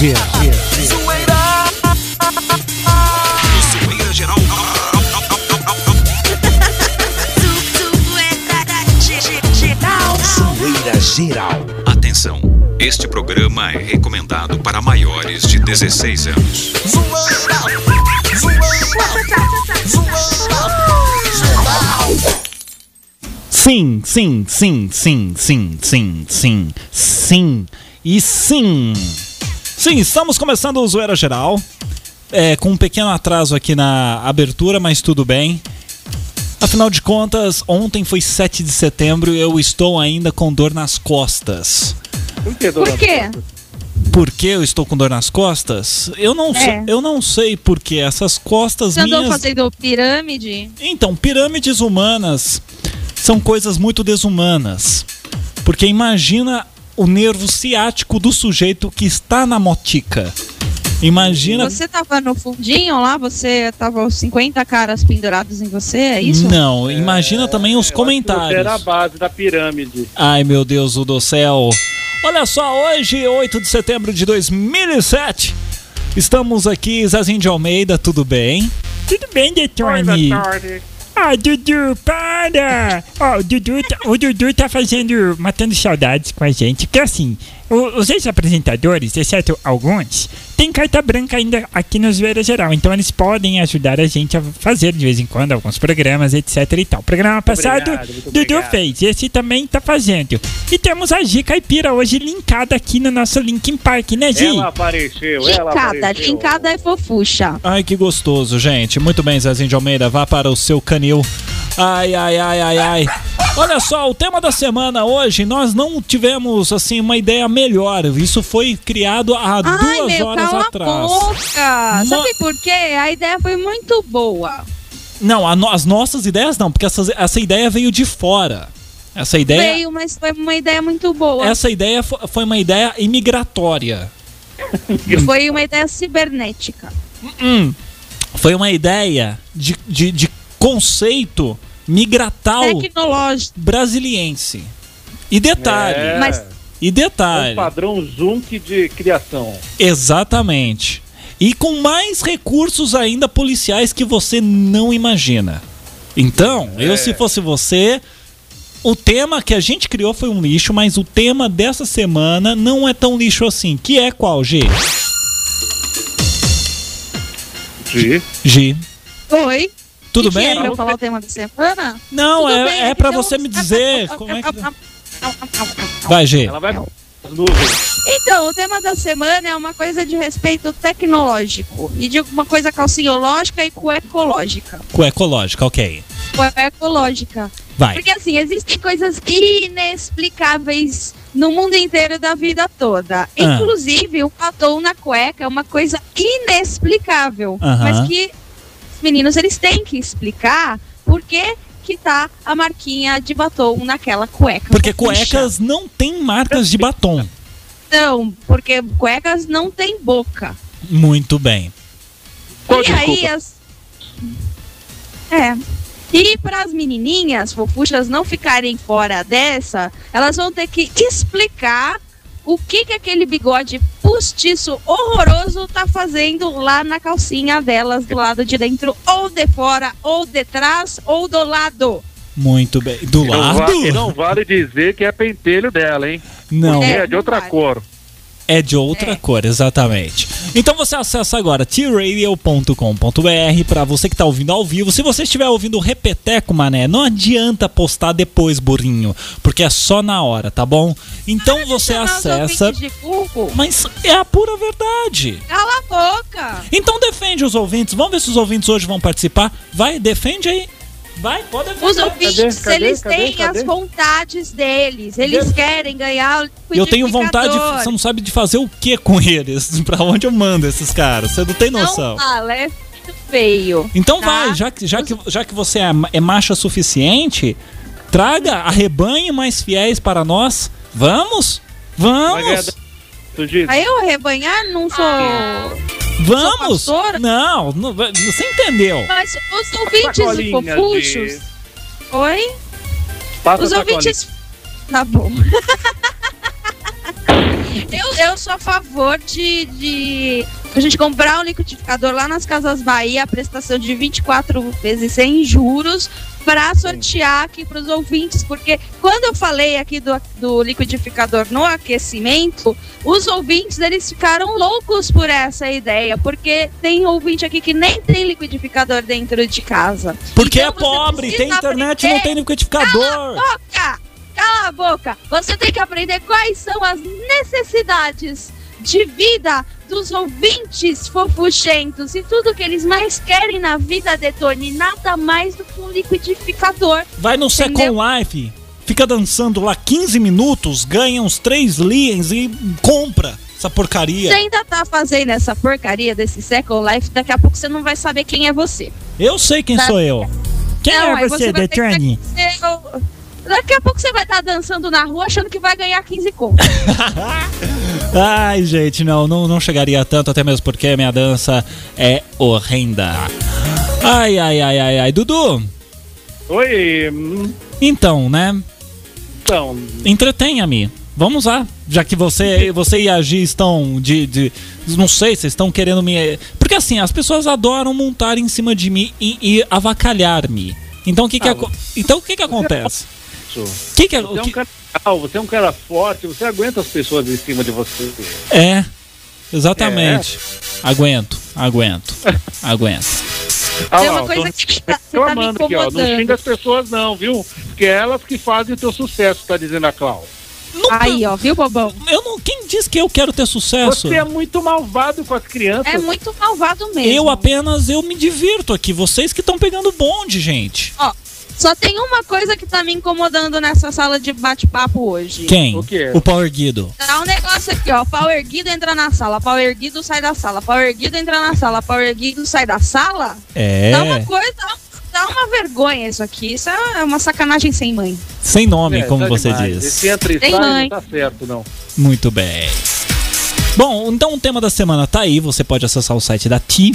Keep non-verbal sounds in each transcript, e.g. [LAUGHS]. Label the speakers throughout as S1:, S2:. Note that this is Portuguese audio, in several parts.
S1: dia.
S2: Zoeira geral. Zoeira geral. Atenção. Este programa é recomendado para maiores de 16 anos.
S1: Sim, sim, sim, sim, sim, sim, sim, sim e sim. Sim, estamos começando o Zoeira Geral. É, com um pequeno atraso aqui na abertura, mas tudo bem. Afinal de contas, ontem foi 7 de setembro e eu estou ainda com dor nas costas.
S3: Por que,
S4: Por quê?
S1: Por que eu estou com dor nas costas? Eu não, sei,
S4: É.
S1: eu não sei porque essas costas
S4: Você andou
S1: minhas
S4: fazendo pirâmide?
S1: Então, pirâmides humanas são coisas muito desumanas. Porque imagina o nervo ciático do sujeito que está na motica. Imagina.
S4: Você tava no fundinho lá? Você tava os 50 caras pendurados em você? É isso?
S1: Não, imagina também os
S3: Você era a
S1: comentários.
S3: base da pirâmide.
S1: Ai meu Deus do céu. Olha só, hoje, 8 de setembro de 2007. Estamos aqui, Zezinho de Almeida, tudo bem? Tudo bem, Detone?
S5: Ah, Dudu, para! Ó, o, Dudu tá, o Dudu tá fazendo. matando saudades com a gente. Porque assim, o- os ex-apresentadores, exceto alguns, tem carta branca ainda aqui no Zoeira Geral. Então eles podem ajudar a gente a fazer de vez em quando alguns programas, etc e tal. Programa passado,
S3: obrigado, muito
S5: Dudu
S3: obrigado.
S5: fez. Esse também tá fazendo. E temos a Gi Caipira hoje linkada aqui no nosso Linkin Park, né, Gi?
S3: Ela apareceu, ela
S4: Lincada,
S3: apareceu.
S4: lincada é fofucha.
S1: Ai, que gostoso, gente. Muito bem, Zezinho de Almeida, vá para o seu canil. Ai, ai, ai, ai, ai. Olha só, o tema da semana hoje, nós não tivemos, assim, uma ideia melhor. Isso foi criado há
S4: Ai,
S1: duas
S4: meu,
S1: horas
S4: cala a
S1: atrás.
S4: boca!
S1: Mo-
S4: Sabe por quê? A ideia foi muito boa.
S1: Não, a no- as nossas ideias não, porque essas- essa ideia veio de fora. Essa ideia,
S4: Veio, mas foi uma ideia muito boa.
S1: essa ideia fo- foi uma ideia imigratória. assim.
S4: Foi uma ideia cibernética.
S1: Hum, foi uma ideia de, de, de conceito migratal
S4: É Tecnológica.
S1: brasiliense. E detalhe,
S3: É.
S4: Mas
S1: E
S3: Um
S1: detalhe,
S3: padrão Zunk de criação.
S1: exatamente. E com mais recursos ainda policiais que você não imagina. Então, eu se fosse você, o tema que a gente criou foi um lixo, mas o tema dessa semana não é tão lixo assim. Que é qual, G?
S3: De...
S1: G.
S4: foi.
S1: Tudo
S4: que
S1: bem?
S4: É pra eu falar o tema da semana?
S1: Não,
S4: Tudo bem,
S1: é, é para
S4: então-
S1: você
S4: [LAUGHS]
S1: me dizer como é que... Vai, G.
S3: Ela vai as nuvens.
S4: Então, o tema da semana é uma coisa de respeito tecnológico e de uma coisa calciológica e cuecológica.
S1: Ecológica, ok.
S4: Cuecológica.
S1: Vai.
S4: Porque assim, existem coisas inexplicáveis no mundo inteiro da vida
S1: Ah.
S4: toda. Inclusive, o batom na cueca é uma coisa inexplicável,
S1: Aham.
S4: mas que os meninos eles têm que explicar por que que tá a marquinha de batom naquela cueca.
S1: Porque
S4: Puxa.
S1: cuecas não têm marcas de batom.
S4: Não, porque cuecas não tem boca.
S1: Muito bem.
S3: Qual
S4: e aí
S3: desculpa?
S4: as. É. E para as menininhas fofuchas não ficarem fora dessa, elas vão ter que explicar o que, que aquele bigode postiço horroroso tá fazendo lá na calcinha delas, do lado de dentro, ou de fora, ou de trás, ou do lado.
S1: Muito bem. Do
S3: E Não, va-
S1: lado?
S3: e não vale dizer que é pentelho dela, hein?
S1: Não.
S3: É,
S4: É,
S3: de
S4: não
S3: outra
S4: vale.
S3: cor.
S1: É de outra
S4: É.
S1: cor, exatamente. Então você acessa agora tradio.com.br para você que tá ouvindo ao vivo. Se você estiver ouvindo o repeteco, mané, não adianta postar depois, burrinho, porque é só na hora, tá bom? Então você
S4: Chamar os
S1: acessa.
S4: ouvintes de burro?
S1: Mas é a pura verdade.
S4: Cala a boca!
S1: Então defende os ouvintes. Vamos ver se os ouvintes hoje vão participar. Vai, defende aí. Vai, pode
S4: Os
S1: defender.
S4: ouvintes,
S3: Cadê? Cadê?
S4: eles
S3: Cadê?
S4: têm
S3: Cadê?
S4: as vontades deles. Eles querem ganhar o
S1: Eu tenho vontade, de-
S4: liquidificador.
S1: você não sabe de fazer um o que com eles, [LAUGHS] Pra onde eu mando esses caras, você não tem noção.
S4: Não fala, é muito feio.
S1: Então
S4: Tá.
S1: vai, já que, já, que, já que você é, ma- é macha suficiente,
S4: Hum.
S1: traga, arrebanhe mais fiéis para nós. Vamos?
S3: Vai ganhar
S1: Vamos!
S3: Tu diz?
S4: Aí eu rebanhar não sou.
S3: Ah.
S1: Vamos!
S4: sou pastora?
S1: Não, não, vai- você entendeu.
S4: Mas os ouvintes de
S3: Sacolinha de-
S4: fofuchos. Oi?
S3: Passa
S4: Os
S3: essa
S4: ouvintes. Tá bom. [LAUGHS] Eu, eu sou a favor de, de a gente comprar um liquidificador lá nas Casas Bahia, a prestação de 24 vezes sem juros, para sortear aqui para os ouvintes, porque quando eu falei aqui do, do liquidificador no aquecimento, os ouvintes eles ficaram loucos por essa ideia, porque tem ouvinte aqui que nem tem liquidificador dentro de casa.
S1: Porque
S4: Então
S1: é
S4: você
S1: pobre, tem
S4: precisa
S1: internet,
S4: aprender
S1: não tem
S4: Ah,
S1: liquidificador.
S4: tá. boca! Cala a boca! Você tem que aprender quais são as necessidades de vida dos ouvintes fofuchentos e tudo que eles mais querem na vida, Detone, nada mais do que um
S5: É.
S4: liquidificador.
S1: Vai no Second Life, fica dançando lá 15 minutos, ganha uns 3 liens e compra essa porcaria.
S4: Você ainda tá fazendo essa porcaria desse Second Life, daqui a pouco você não vai saber quem é você.
S1: Eu sei quem
S4: Tá.
S1: sou eu.
S5: Quem
S4: Não,
S5: é
S4: aí
S5: você,
S4: vai ter que
S5: Detone?
S4: ser o- Daqui a pouco você vai estar dançando na rua achando que vai ganhar 15 contos.
S1: Ai, gente, não, não, não chegaria a tanto, até mesmo porque a minha dança é horrenda. Ai, ai, ai, ai, ai. Dudu,
S3: Oi, hum,
S1: então, né?
S3: então,
S1: Entretenha-me. Vamos lá. Já que você, você e a Gi estão de, de- Não sei, vocês estão querendo me. Porque assim, as pessoas adoram montar em cima de mim e, e avacalhar-me. Então o que, que,
S4: Tá
S3: Ah,
S1: aco- então, o que, que acontece?
S3: isso.
S1: O que que-
S3: Você
S1: o
S3: é um
S1: que-
S3: cara legal, você é um cara forte, você aguenta as pessoas em cima de você.
S1: É, exatamente. Aguento, aguento,
S3: [LAUGHS]
S1: aguento.
S3: Ah,
S4: Tem uma
S3: lá, eu tô-
S4: coisa que tá- você tá me
S3: reclamando aqui, ó. Não
S4: incomodando.
S3: xinga as pessoas, não, viu? Porque é elas que fazem o teu sucesso, tá dizendo a Clau.
S1: Não-
S4: Aí, ó, viu, bobão?
S1: eu não, quem disse que eu quero ter sucesso?
S3: Você é muito malvado com as crianças.
S4: É muito malvado mesmo.
S1: Eu apenas eu me divirto aqui. Vocês que estão pegando bonde, gente.
S4: Só tem uma coisa que tá me incomodando nessa sala de bate-papo hoje.
S1: Quem?
S3: O é? quê?
S1: O pau erguido.
S4: Tá um negócio aqui, ó. Pau erguido entra na sala, pau erguido sai da sala, pau erguido entra na sala, pau erguido sai da sala.
S1: É.
S4: Dá uma coisa, dá uma vergonha isso aqui. Isso é uma sacanagem sem mãe.
S1: Sem nome,
S3: É,
S1: como
S3: tá
S1: você
S3: demais.
S1: diz.
S3: Esse entra e
S4: Tem
S3: sai,
S4: mãe.
S3: não tá certo, não.
S1: Muito bem. Bom, então o tema da semana tá aí. Você pode acessar o site da Ti.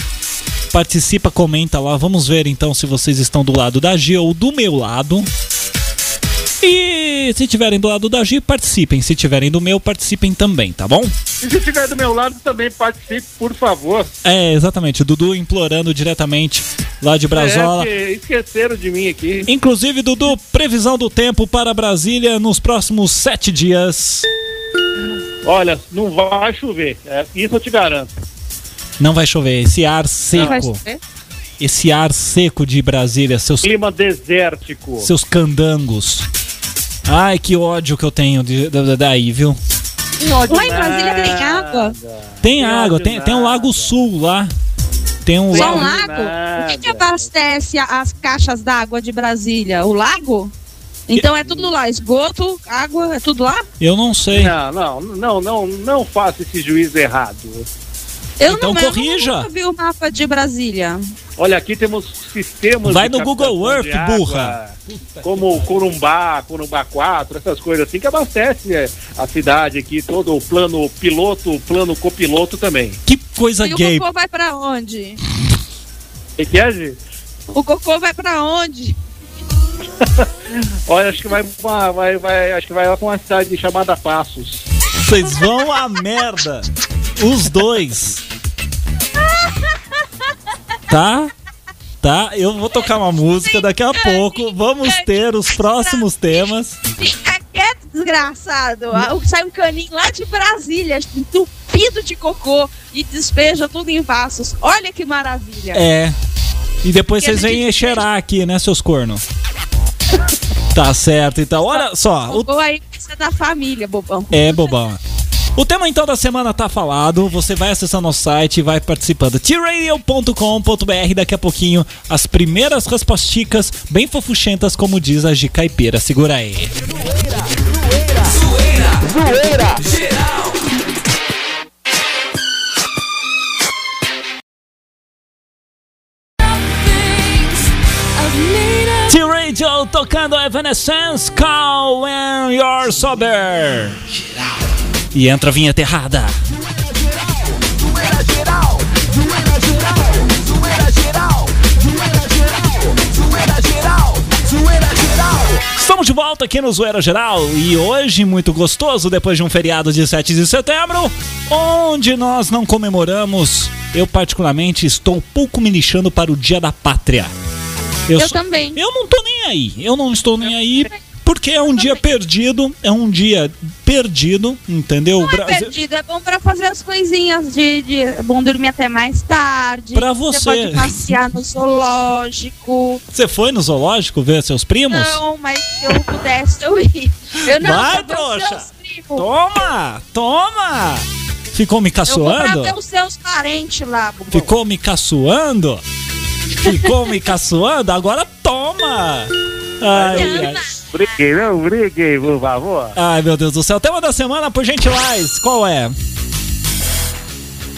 S1: Participa, comenta lá. Vamos ver então se vocês estão do lado da G ou do meu lado. E se tiverem do lado da G, participem. Se tiverem do meu, participem também, tá bom?
S3: E se estiver do meu lado, também participe, por favor.
S1: É, exatamente. O Dudu implorando diretamente lá de Brazola.
S3: É, que esqueceram de mim aqui.
S1: Inclusive, Dudu, previsão do tempo para Brasília nos próximos sete dias.
S3: Olha, não vai chover. É, isso eu te garanto.
S1: Não vai chover. Esse ar
S4: Vai
S1: seco.
S4: ser.
S1: Esse ar seco de Brasília, seus
S3: Clima desértico.
S1: seus candangos. Ai, que ódio que eu tenho de, da- da- daí, viu?
S4: Lá em Brasília tem água?
S1: Tem
S3: Que
S1: água,
S3: ódio
S1: tem, tem um
S3: nada.
S1: Lago Sul lá. Tem um
S4: Só um
S1: lago.
S4: lago? O que, que
S3: nada.
S4: abastece a- as caixas d'água de Brasília? O lago? Então é tudo lá, esgoto, água, é tudo lá?
S1: Eu não sei.
S3: Não, não, não, não, não faça esse juízo errado.
S4: Eu
S1: Então
S4: não eu
S1: corrija.
S4: nunca vi o mapa de Brasília.
S3: Olha, aqui temos sistemas.
S1: Vai
S3: de
S1: no Google
S3: captação de
S1: Earth,
S3: água,
S1: burra.
S3: Como o Corumbá, Corumbá 4, essas coisas assim que abastece é, a cidade aqui, todo o plano piloto, o plano copiloto também.
S1: Que coisa
S4: e
S1: gay.
S4: o cocô vai pra onde?
S3: O que, que é, gente?
S4: O cocô vai pra onde?
S3: Olha, acho que vai, pra uma- vai, vai, acho que vai lá pra uma cidade chamada Passos.
S1: Vocês vão a merda. Os dois. Tá? Tá? Eu vou tocar uma música daqui a pouco. Vamos ter os próximos temas.
S4: Fica quieto, desgraçado. Ah, Sai um caninho lá de Brasília, entupido de cocô e despeja tudo em vasos. Olha que maravilha.
S1: É. E depois
S4: Porque a
S1: vocês
S4: gente
S1: vêm
S4: tem-
S1: enxerar aqui, né, seus cornos? Tá certo, então. Olha só. o-
S4: Cocô aí você é da família, bobão.
S1: É, bobão. O tema então da semana tá falado. Você vai acessar nosso site e vai participando. tradio.com.br daqui a pouquinho as primeiras resposticas bem fofuchentas, como diz a Gica Caipira. Segura aí. T-Radio tocando Evanescence, Call When You're Sober. E entra a vinheta errada. Estamos Estamos de volta aqui no Zoeira Geral e hoje, muito gostoso, depois de um feriado de 7 de setembro, onde nós não comemoramos, eu particularmente estou um pouco me lixando para o Dia da Pátria.
S4: Eu,
S1: só-
S4: também.
S1: eu não tô nem aí. Eu não estou nem aí porque é um dia perdido. É um dia perdido, entendeu?
S4: Não é
S1: Brasil-
S4: perdido, é bom pra fazer as coisinhas de, de- é bom dormir até mais tarde.
S1: Pra você.
S4: pode passear no zoológico.
S1: Você foi no zoológico ver seus primos?
S4: Não, mas se eu pudesse, eu ia. Eu não
S1: assim? Vai,
S4: eu vou ver os
S1: trouxa.
S4: seus primos.
S1: Toma! Toma! Ficou me
S4: Eu vou pra
S1: caçoando?
S4: ver os seus parentes lá, Bubu.
S1: Ficou me caçoando? Ficou me caçoando? Agora toma! Ai, ai.
S4: Ana,
S3: Briguei, não, briguei, por favor.
S1: Ai, meu Deus do céu. Tema da semana, por gentileza, qual é?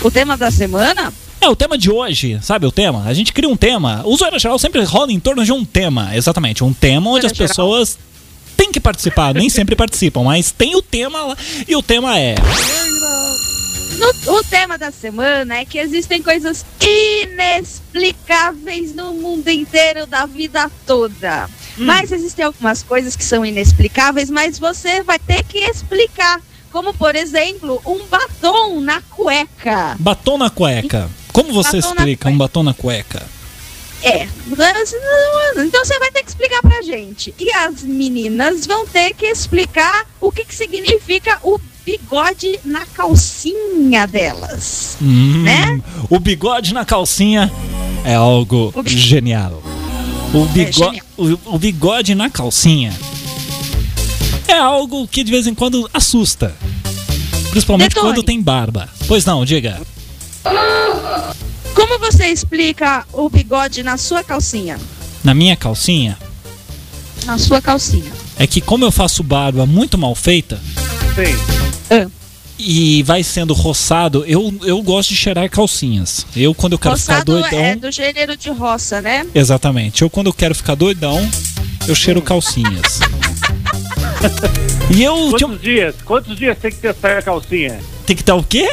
S4: O tema da semana?
S1: É o tema de hoje, sabe o tema? A gente cria um tema. O Zoeira Geral sempre rola em torno de um tema, exatamente. Um tema onde
S4: Zoeira
S1: as pessoas têm que participar. Nem sempre participam, mas tem o tema lá. E o tema é...
S4: No- o tema da semana é que existem coisas inexplicáveis no mundo inteiro, da vida toda. Mas existem algumas coisas que são inexplicáveis, mas você vai ter que explicar. Como, por exemplo, um batom na cueca.
S1: Batom na cueca. Como você
S4: Batom na
S1: explica um batom na cueca?
S4: É. mas não- Então você vai ter que explicar pra gente. E as meninas vão ter que explicar o que, que significa o bigode na calcinha delas.
S1: Hum,
S4: Né?
S1: O bigode na calcinha é algo
S4: O bi-
S1: genial. O, bigo...
S4: genial.
S1: o, o bigode na calcinha é algo que de vez em quando assusta. Principalmente
S4: Detone.
S1: quando tem barba. Pois não, diga.
S4: Como você explica o bigode na sua calcinha?
S1: Na minha calcinha
S4: Na sua calcinha.
S1: é que como eu faço barba muito mal feita
S3: Sim.
S1: e vai sendo roçado, eu, eu gosto de cheirar calcinhas. Eu quando eu quero ficar
S4: Roçado
S1: doidão,
S4: é do gênero de roça, né?
S1: Exatamente. Eu quando eu quero ficar doidão, eu cheiro calcinhas. e eu tinha-
S3: Quantos dias? Quantos dias tem que testar a calcinha?
S1: tem que estar o quê?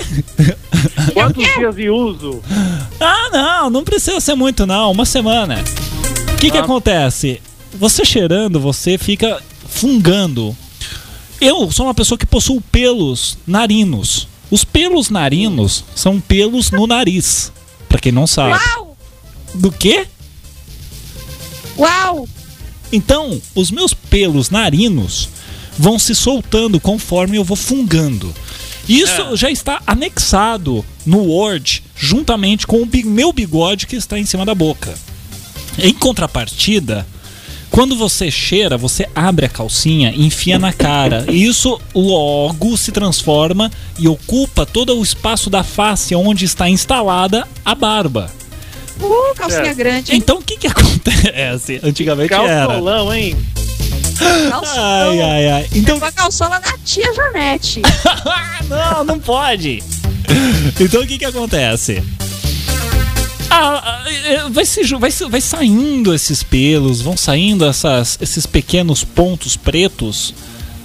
S3: Quantos dias de uso?
S1: Ah, não, não precisa ser muito não, uma semana. O que que
S3: Ah.
S1: acontece? Você cheirando, você fica fungando. Eu sou uma pessoa que possui pelos narinos. Os pelos narinos são pelos no nariz. Pra quem não sabe.
S4: Uau!
S1: Do quê?
S4: Uau!
S1: Então, os meus pelos narinos vão se soltando conforme eu vou fungando. Isso já está anexado no Word, juntamente com o bi- meu bigode que está em cima da boca. Em contrapartida, quando você cheira, você abre a calcinha e enfia na cara. E isso logo se transforma e ocupa todo o espaço da face onde está instalada a barba.
S4: Uh, calcinha
S3: É.
S4: grande, hein?
S1: Então o que, que acontece? assim, Antigamente era.
S3: Calcolão, hein?
S1: [LAUGHS] Ai,
S4: Calção.
S1: ai, ai. Então
S4: Com a calçola da tia Janete.
S1: Ah, não, não pode. Então o que que acontece? Ah, ah, eh, vai, se, ju- vai, se- vai saindo esses pelos, vão saindo essas, esses pequenos pontos pretos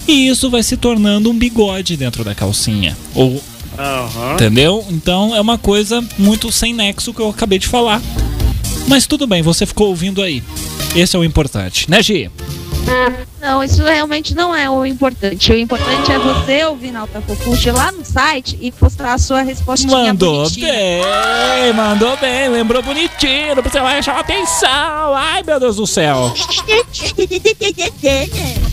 S1: e isso vai se tornando um bigode dentro da calcinha. Ou,
S3: Aham.
S1: entendeu? Então é uma coisa muito sem nexo que eu acabei de falar. Mas tudo bem, você ficou ouvindo aí. Esse é o importante, né, Gi?
S4: Não, isso realmente não é o importante. O importante é você ouvir na Alta Focult lá no site e postar a sua respostinha
S1: Mandou
S4: bonitinha.
S1: bem, mandou bem, lembrou bonitinho, você vai chamar atenção. Ai, meu Deus do céu.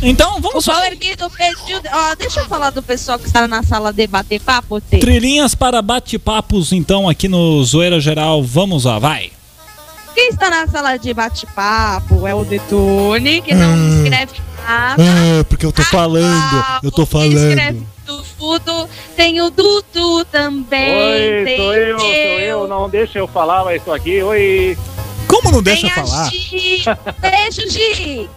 S1: Então,
S4: O
S1: vamos
S4: pau
S1: falar.
S4: erguido pediu... Ó, deixa eu falar do pessoal que está na sala de bater papo, Tê.
S1: Trilhinhas para bate-papos, então, aqui no Zoeira Geral. Vamos lá, vai.
S4: Quem está na sala de bate-papo é o Detone, que não escreve nada.
S5: Ah,
S1: porque eu Hum. tô
S4: Papo, Que escreve tudo. Tem o Dudu também.
S3: Oi,
S4: tem
S3: sou eu, sou eu. Não deixa eu falar, mas tô aqui. Oi.
S1: Como não
S4: tem a Gi. Beijo, Gi.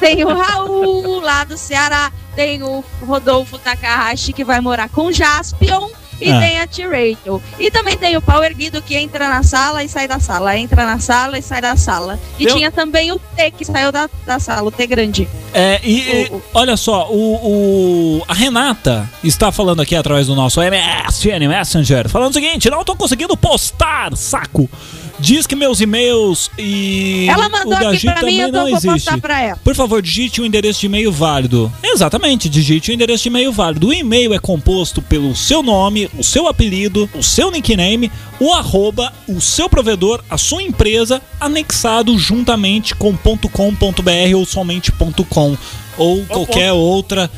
S4: Tem o Raul lá do Ceará. Tem o Rodolfo Takahashi, que vai morar com o Jaspion. E
S1: Ah.
S4: tem a T-Rachel. E também tem o Power Guido, que entra na sala e sai da sala. Entra na sala e sai da sala. E
S1: Eu-
S4: tinha também o T, que saiu da, da sala, o T grande.
S1: É, e, e, olha só, o, o- a Renata está falando aqui através do nosso MSN Messenger, falando o seguinte: não tô conseguindo postar, saco. Diz que meus e-mails e.
S4: Ela mandou
S1: o da
S4: aqui
S1: Gi
S4: pra mim,
S1: também
S4: eu tô-
S1: não
S4: vou
S1: existe.
S4: postar pra ela.
S1: Por favor, digite um endereço de e-mail válido. Exatamente, digite um endereço de e-mail válido. O e-mail é composto pelo seu nome, o seu apelido, o seu nickname, o arroba, o seu provedor, a sua empresa, anexado juntamente com .com.br ou somente .com ou qualquer outra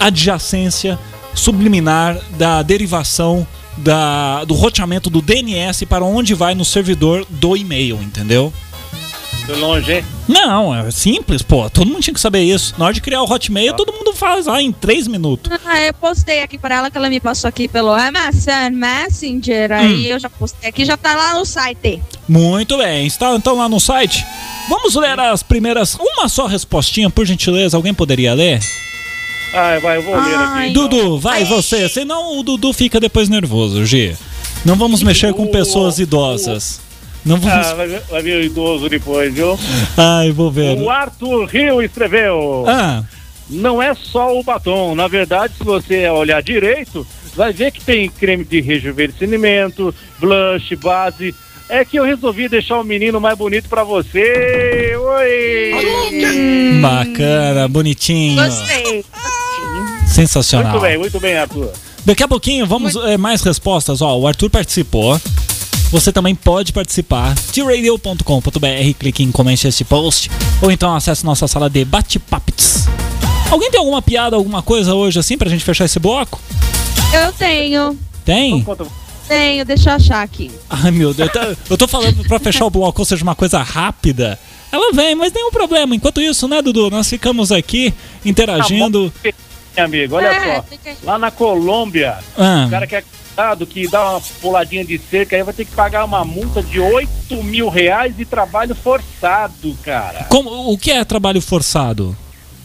S1: adjacência subliminar da derivação da, do roteamento do DNS para onde vai no servidor do e-mail, entendeu?
S3: De longe, hein?
S1: Não, é simples, pô. Todo mundo tinha que saber isso. Na hora de criar o Hotmail, todo mundo faz lá em 3 minutos.
S4: Ah, eu postei aqui pra ela que ela me passou aqui pelo Amazon Messenger.
S1: Hum.
S4: Aí eu já postei aqui, já tá lá no site.
S1: Muito bem. Está então lá no site. Vamos ler as primeiras. Uma só respostinha, por gentileza. Alguém poderia ler?
S3: Ah, vai, eu vou ler
S4: Ai.
S3: aqui.
S1: Dudu, vai você. Senão o Dudu fica depois nervoso, G. Não vamos mexer com pessoas idosas. Não
S3: Ah,
S1: vamos.
S3: vai, ver- vai vir o idoso depois, viu? Ah.
S1: [LAUGHS] Ai, vou ver.
S3: O Arthur Rio escreveu.
S1: Ah,
S3: Não é só o batom. Na verdade, se você olhar direito, vai ver que tem creme de rejuvenescimento, blush, base. É que eu resolvi deixar o menino mais bonito pra você. Oi!
S1: bacana, bonitinho.
S4: Gostei.
S1: Sensacional.
S3: Muito bem, muito bem, Arthur.
S1: Daqui a pouquinho vamos eh, mais respostas. Ó, o Arthur participou. Você também pode participar. tradio.com.br, clique em comente este post. Ou então acesse nossa sala de bate-papos. Alguém tem alguma piada, alguma coisa hoje assim pra gente fechar esse bloco?
S4: Eu tenho,
S1: Tem?
S3: Então Conta- tá
S4: tenho, deixa eu achar aqui.
S1: Ai meu Deus, eu tô- eu tô falando pra fechar o bloco, ou seja, uma coisa rápida. Ela vem, mas nenhum problema. Enquanto isso, né, Dudu? Nós ficamos aqui interagindo.
S3: Meu amigo, olha
S4: É,
S3: só.
S4: fica aí.
S3: Lá na Colômbia,
S1: Ah,
S3: o cara que é acusado que dá uma puladinha de cerca, aí vai ter que pagar uma multa de 8 mil reais de trabalho forçado, cara.
S1: como, o que é trabalho forçado?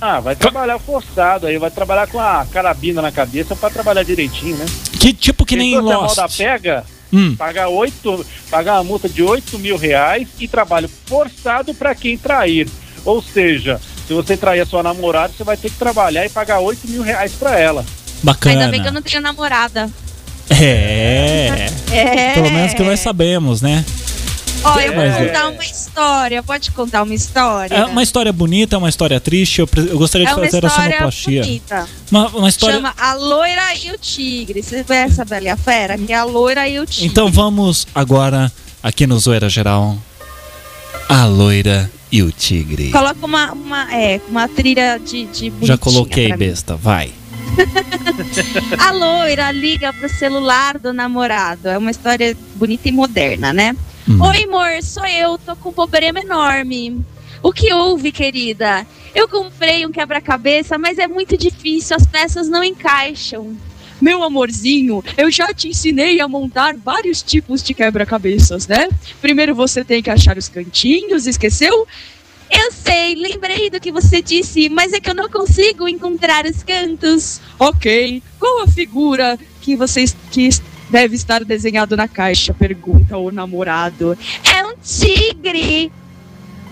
S3: Ah, vai trabalhar forçado aí, vai trabalhar com a carabina na cabeça pra trabalhar direitinho, né?
S1: Que tipo que nem
S3: Se você é mal
S1: Lost?
S3: da pega,
S1: Hum.
S3: pagar, 8, pagar uma multa de 8 mil reais e trabalho forçado pra quem trair. Ou seja, se você trair a sua namorada, você vai ter que trabalhar e pagar 8 mil reais pra ela.
S1: Bacana.
S4: Ainda bem que eu não tenho namorada.
S1: É.
S4: É.
S1: Pelo menos que nós sabemos, né?
S4: Ó, eu
S1: Mas-
S4: vou contar uma história. Pode contar uma história?
S1: É uma história bonita, é uma história triste. Eu, pre- eu gostaria de
S4: É uma
S1: fazer a sonoplastia.
S4: história bonita.
S1: Uma, uma história.
S4: Chama A Loira e o Tigre. Você vê essa velha fera? Que é a Loira e o Tigre.
S1: Então vamos agora, aqui no Zoeira Geral: A Loira e o Tigre.
S4: Coloca uma, uma, é, uma trilha de, de bonitinha
S1: Então- Já coloquei,
S4: pra mim.
S1: besta, vai.
S4: A loira liga pro celular do namorado. É uma história bonita e moderna, né?
S1: Hum.
S4: Oi, amor, sou eu. Tô com um problema enorme. O que houve, querida? Eu comprei um quebra-cabeça, mas é muito difícil, as peças não encaixam. Meu amorzinho, eu já te ensinei a montar vários tipos de quebra-cabeças, né? Primeiro você tem que achar os cantinhos, esqueceu? Eu sei, lembrei do que você disse, mas é que eu não consigo encontrar os cantos. Ok, qual a figura que você es- que es- deve estar desenhado na caixa? Pergunta o namorado. É um tigre!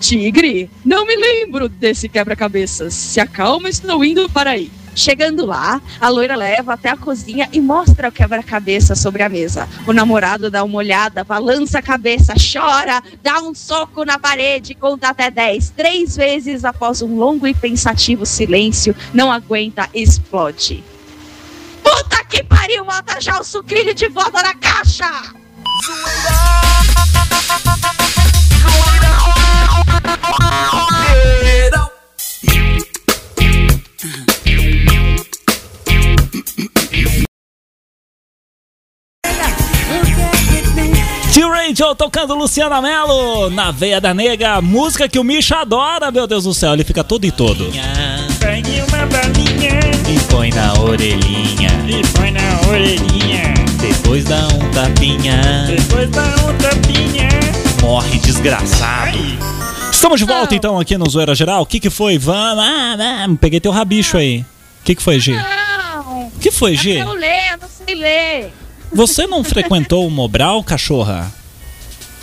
S4: Tigre? Não me lembro desse quebra-cabeças. Se acalma, estou indo para aí. Chegando lá, a loira leva até a cozinha e mostra o quebra-cabeça sobre a mesa. O namorado dá uma olhada, balança a cabeça, chora, dá um soco na parede, conta até 10. Três vezes após um longo e pensativo silêncio, não aguenta, explode. Puta que pariu, mata já o sucrilho de volta na caixa!
S1: T-Radio tocando Luciana Mello na Veia da Nega, música que o Misha adora, meu Deus do céu, ele fica todo e todo.
S5: Pegue uma balinha
S1: E põe na orelhinha,
S5: e põe na orelhinha.
S1: depois dá um tapinha,
S5: Depois dá um tapinha.
S1: morre desgraçado.
S5: Ai,
S1: Estamos de volta
S4: Não.
S1: então aqui no Zoeira Geral. O que que foi? Vamos, ah, ah, peguei teu rabicho aí. O que que foi, G?
S4: Não!
S1: O que foi, G?
S4: Eu ler, eu não sei ler.
S1: Você não frequentou o Mobral, cachorra?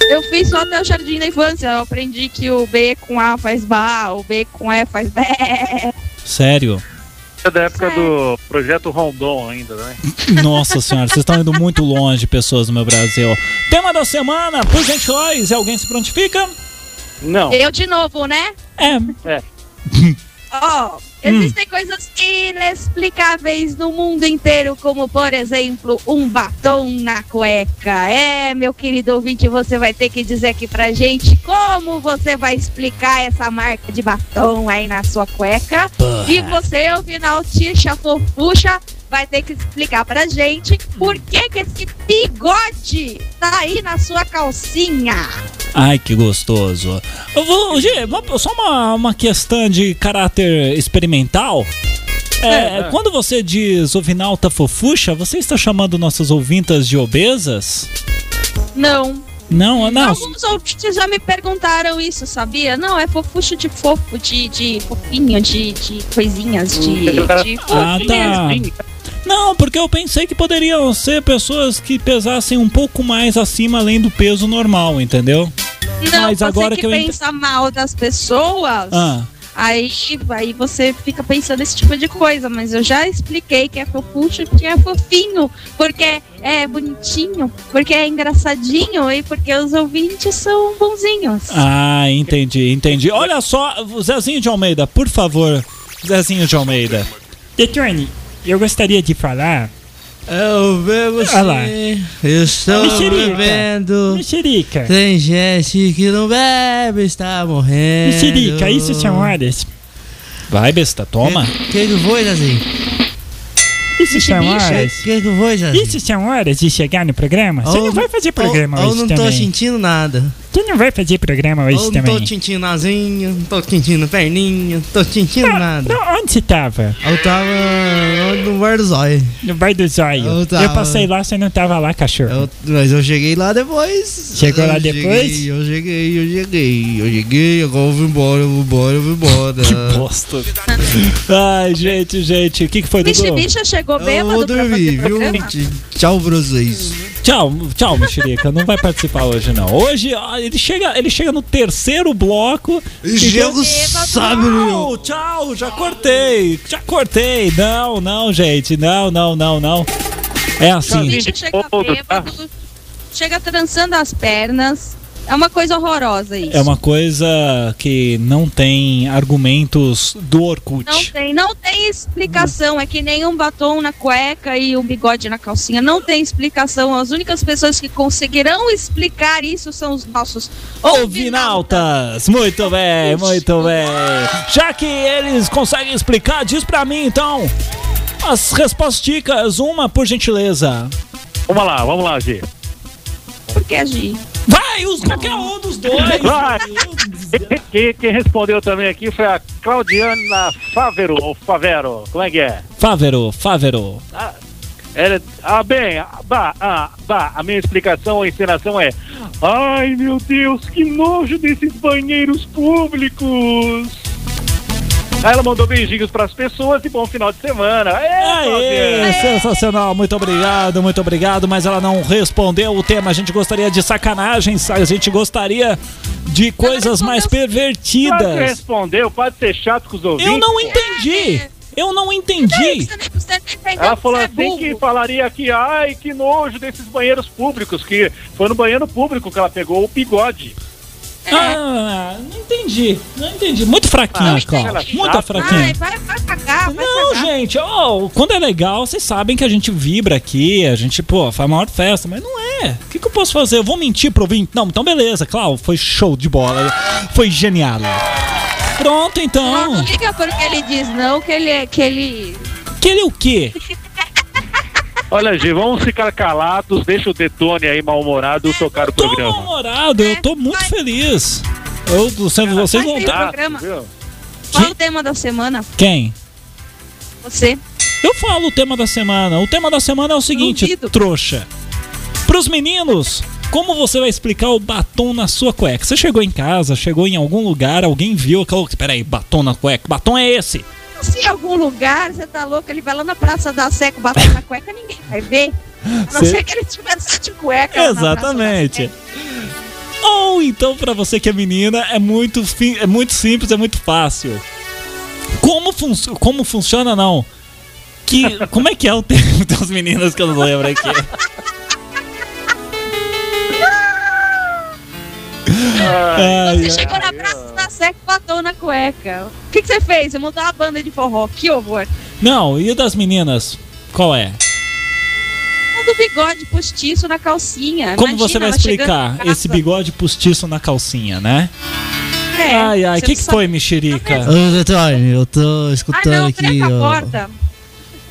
S4: Eu fiz só até o jardim da infância. Eu aprendi que o B com A faz ba, o B com E faz bé.
S1: Sério?
S3: É da época do projeto Rondon ainda, né?
S1: Nossa senhora, vocês estão indo muito longe, pessoas do meu Brasil. Tema da semana, por gentileza, alguém se prontifica?
S3: Não.
S4: Eu de novo, né?
S1: É,
S4: Ó, existem coisas inexplicáveis no mundo inteiro, como, por exemplo, um batom na cueca. É, meu querido ouvinte, você vai ter que dizer aqui pra gente como você vai explicar essa marca de batom aí na sua cueca. E você, ao final, tixa, fofucha, vai ter que explicar pra gente por que que esse bigode tá aí na sua calcinha.
S1: Ai, que gostoso. Eu vou, Gê, vou- só uma, uma questão de caráter experimental. É,
S3: É, é.
S1: Quando você diz ovinalta fofucha, você está chamando nossas ouvintas de obesas?
S4: Não.
S1: Não, não.
S4: Alguns ouvintes já me perguntaram isso, sabia? Não, é fofucho de fofo, de, de fofinho, de, de coisinhas,
S3: Hum.
S4: de, de
S1: Ah,
S4: fofo mesmo.
S1: tá.
S3: Sim,
S1: Não, porque eu pensei que poderiam ser pessoas que pesassem um pouco mais acima além do peso normal, entendeu?
S4: Não,
S1: Mas
S4: você
S1: agora
S4: que
S1: que eu ent-
S4: pensa mal das pessoas,
S1: Ah,
S4: aí, aí você fica pensando esse tipo de coisa. Mas eu já expliquei que é fofucho porque é fofinho, porque é bonitinho, porque é engraçadinho e porque os ouvintes são bonzinhos.
S1: ah, entendi, entendi. Olha só, Zezinho de Almeida, por favor. Zezinho de Almeida.
S5: Detone, eu gostaria de falar.
S6: Eu bebo
S5: Ah lá. Ah,
S6: sim, eu estou
S5: Mexerica.
S6: bebendo.
S5: Mexerica.
S6: Tem gente que não bebe, está morrendo.
S5: Mexerica, isso é são horas.
S1: Vai, besta, toma.
S6: Que é que foi, Zazinho?
S5: Isso são horas.
S6: Que é que foi, Zazinho?
S5: Isso são horas de chegar no programa? Você
S6: Ou-
S5: não vai fazer programa
S6: ou, ou
S5: hoje
S6: não tô
S5: também.
S6: sentindo nada.
S5: Você não vai fazer programa
S6: Ou
S5: hoje
S6: não
S5: também.
S6: tô sentindo asinha, não tô sentindo perninha, não tô sentindo nada.
S5: Ah, Não, onde você tava?
S6: Eu tava no bar do zóio.
S5: No bar do zóio.
S6: Eu
S5: Eu,
S6: tava.
S5: passei lá, você não tava lá, cachorro.
S6: Eu- mas eu cheguei lá depois.
S5: Chegou
S6: Eu
S5: lá depois?
S6: cheguei, Eu cheguei, eu cheguei, eu cheguei, agora eu vou embora, eu vou embora, eu vou embora.
S1: Bosta. Ai, gente, gente, o que, que foi, Dudu?
S4: Bicha bicha chegou
S6: Eu
S4: bêbado
S6: vou
S4: pra fazer
S6: dormir, viu?
S4: programa?
S6: T- Tchau pra vocês.
S1: Tchau, tchau, mexerica. Não vai participar hoje, não. Hoje, ó, ele chega, ele chega no terceiro bloco. e
S6: Gelo
S4: bêbado,
S6: sabe, meu.
S1: Tchau, tchau, já cortei, já cortei. Não, não, gente, não, não, não, não. É assim.
S4: bicho chega
S3: Todo,
S4: bêbado, chega trançando as pernas. É uma coisa horrorosa isso.
S1: É uma coisa que não tem argumentos do Orkut.
S4: Não tem, não tem explicação. É que nem um batom na cueca e um bigode na calcinha. Não tem explicação. As únicas pessoas que conseguirão explicar isso são os nossos
S1: Ouvinautas! Muito bem, muito bem. Já que eles conseguem explicar, diz pra mim então. As respostas, uma por gentileza.
S3: Vamos lá, vamos lá, G.
S4: Porque agir.
S1: Vai, os qualquer um dos dois.
S3: Vai. Quem, quem respondeu também aqui foi a Claudiana Favero, ou Favero, como é que é?
S1: Fávero, Fávero.
S3: Ela, ah, bem, ah, bah, ah, bah, a minha explicação ou encenação é Ai, meu Deus, que nojo desses banheiros públicos! Aí ela mandou beijinhos pras pessoas e bom final de semana. É,
S1: Aê, sensacional, muito obrigado, muito obrigado. Mas ela não respondeu o tema. A gente gostaria de sacanagens, a gente gostaria de coisas mais
S3: Claudiana
S1: pervertidas.
S3: respondeu, pode ser chato com os ouvintes.
S1: Eu não entendi. Eu não entendi.
S4: Ela
S3: Ela
S4: é
S3: falou assim que falaria que, ai, que nojo desses banheiros públicos, que foi no banheiro público que ela pegou o bigode.
S1: Ah, não entendi. Não entendi. Muito fraquinha,
S3: Ah,
S1: Cláudia.
S3: aquela
S1: Muito
S3: chata.
S1: fraquinha.
S4: vai, vai pagar, vai
S1: Não,
S4: pagar.
S1: gente, ó, quando é legal, vocês sabem que a gente vibra aqui, a gente, pô, faz a maior festa, mas não é. O que, que eu posso fazer? Eu vou mentir pro ouvinte? Não, então beleza, Cláudio, foi show de bola. Foi genial. Pronto,
S4: Não, não
S1: então.
S4: liga porque ele diz não, que ele é que ele.
S1: Que ele é o quê?
S3: Olha, G, vamos ficar calados, deixa o Detone aí mal-humorado tocar o
S1: Tô
S3: programa.
S1: namorado, eu tô muito feliz. Eu, você- vocês vão ter.
S3: Ah,
S4: programa.
S3: viu?
S4: Qual o tema da semana?
S1: Quem?
S4: Você.
S1: Eu falo o tema da semana. O tema da semana é o seguinte,
S4: Duvido.
S1: trouxa. Pros meninos, como você vai explicar o batom na sua cueca? Você chegou em casa, chegou em algum lugar, alguém viu, falou, peraí, batom na cueca, que batom é esse?
S4: Se em algum lugar, você tá louco, ele vai lá na Praça da Sé com batom na cueca, ninguém vai ver. A não
S1: Cê-
S4: ser que ele tivesse de cueca. lá É na Praça
S1: Exatamente.
S4: da Sé.
S1: Ou então, pra você que é menina, é muito, fi- é muito simples, é muito fácil. Como, func- como funciona, não.
S4: [LAUGHS]
S1: Que, como é que é o termo das meninas que eu não lembro aqui? Ai,
S4: Você chegou na
S3: ai,
S4: praça da Sex batom na cueca. O que, que você fez? Você montou uma banda de forró. Que horror.
S1: Não, e o das meninas? Qual é?
S4: O Um do bigode postiço na calcinha.
S1: Como
S4: Imagina
S1: você vai
S4: ela chegando em
S1: explicar
S4: casa.
S1: esse bigode postiço na calcinha, né?
S4: É,
S1: ai, ai, o
S4: você
S1: que, que
S4: não
S1: tá
S4: sabe- Tá
S1: foi, mexerica?
S6: Ô, Detone, eu tô
S4: Ah,
S6: escutando
S4: não,
S6: aqui.
S4: tranca a
S6: ó.
S4: porta.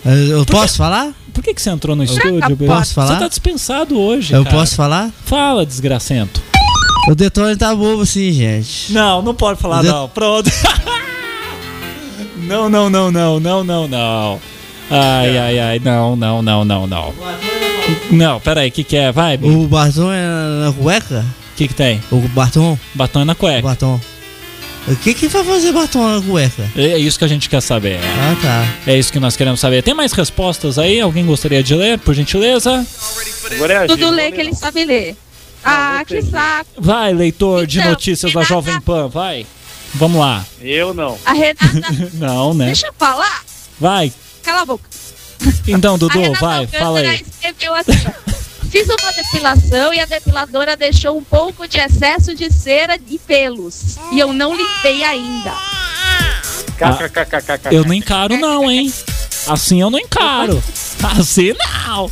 S6: Eu, eu posso falar?
S1: Por que, que você entrou no
S4: a
S1: estúdio, Bill?
S6: porta. Posso falar?
S1: Você tá dispensado hoje.
S6: Eu
S1: cara.
S6: posso falar?
S1: Fala, desgracento.
S6: O Detone tá bobo assim, gente.
S1: Não, não pode falar,
S6: De-
S1: não. Pronto. [LAUGHS] não, não, não, não, não, não, não. Ai, ai, ai, não, não, não, não, não. Não, peraí, o que, que é? Vai, Bi. o
S6: O batom é na na cueca?
S1: que, que tem?
S6: O batom?
S1: Batom na
S6: O
S1: cueca.
S6: batom. O que que vai fazer batom na cueca?
S1: É isso que a gente quer saber.
S6: Ah, tá.
S1: É isso que nós queremos saber. Tem mais respostas aí? Alguém gostaria de ler, por gentileza?
S3: Agora é a
S4: Tudo
S3: Gil,
S4: lê
S3: não
S4: que ele
S3: não.
S4: sabe ler. Ah, que saco.
S1: Vai, leitor de
S4: Então,
S1: notícias da
S4: Renata-
S1: Jovem Pan, vai. Vamos lá.
S4: [LAUGHS]
S3: Eu não.
S4: A Renata,
S1: Não, [LAUGHS] né?
S4: deixa eu falar.
S1: Vai.
S4: Cala a boca.
S1: Então,
S4: a
S1: Dudu,
S4: Renata
S1: vai,
S4: Alcântara
S1: fala aí.
S4: escreveu assim, ó. Fiz uma depilação e a depiladora deixou um pouco de excesso de cera e pelos. E eu não limpei ainda.
S3: KKKKK.
S1: Eu não encaro, não, hein? Assim eu não
S4: [LAUGHS]
S1: encaro. Assim não.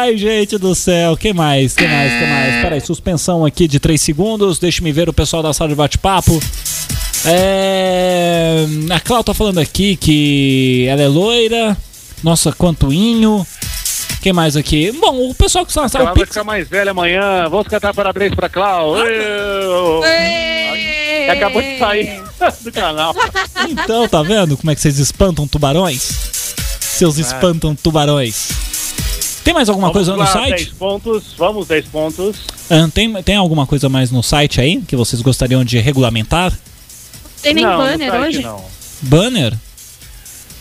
S1: Ai, gente do céu. Que mais? Que mais? Que
S4: É.
S1: mais? Peraí, suspensão aqui de 3 segundos. Deixa me ver o pessoal da sala de bate-papo. É... A Clau tá falando aqui que ela é loira. Nossa, quantoinho. Quem mais aqui? Bom, o pessoal que está na sala.
S3: Ela
S1: o
S3: vai
S1: Pix-
S3: ficar mais velha amanhã. Vamos cantar parabéns pra Clau. Eu...
S4: Ei!
S3: Acabou de sair do canal.
S1: Então, tá vendo como é que vocês espantam tubarões? Seus espantam tubarões. Tem mais alguma
S3: É. Vamos
S1: coisa no
S3: lá,
S1: site?
S3: 10 pontos. Vamos, 10 pontos.
S1: Ahn, tem, tem alguma coisa mais no site aí que vocês gostariam de regulamentar?
S4: Tem nem
S3: não,
S4: banner
S3: no site
S4: hoje?
S3: Não.
S1: Banner?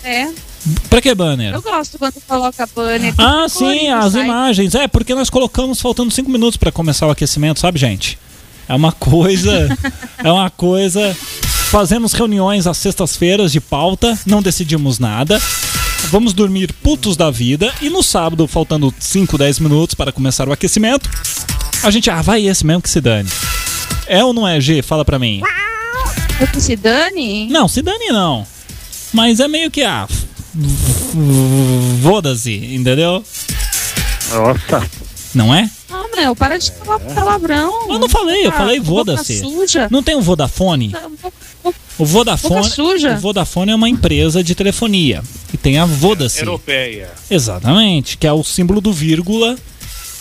S4: É,
S1: Pra que banner?
S4: eu gosto quando coloca banner. Tem
S1: Ah,
S4: cores
S1: sim,
S4: no
S1: as
S4: site.
S1: imagens. É, porque nós colocamos faltando cinco minutos pra começar o aquecimento, sabe, gente? É uma coisa. é uma coisa. Fazemos reuniões às sextas-feiras de pauta, não decidimos nada. Vamos dormir putos da vida. E no sábado, faltando 5, 10 minutos para começar o aquecimento, a gente. Ah, vai esse mesmo que se dane. É ou não é, G? Fala pra mim.
S4: Eu que se dane?
S1: Não, se dane não. Mas é meio que a. Foda-se, entendeu?
S3: Nossa.
S1: Não é?
S4: Não, meu, para de falar
S3: É.
S4: palavrão.
S1: Eu não falei, eu
S4: Ah,
S1: falei
S4: boca
S1: foda-se.
S4: suja. Tá,
S1: Não tem o Vodafone? O
S4: Boca
S1: Vodafone,
S4: suja.
S1: o Vodafone é uma empresa de telefonia. E tem a Vodacy.
S3: Europeia.
S1: Exatamente, que é o símbolo do vírgula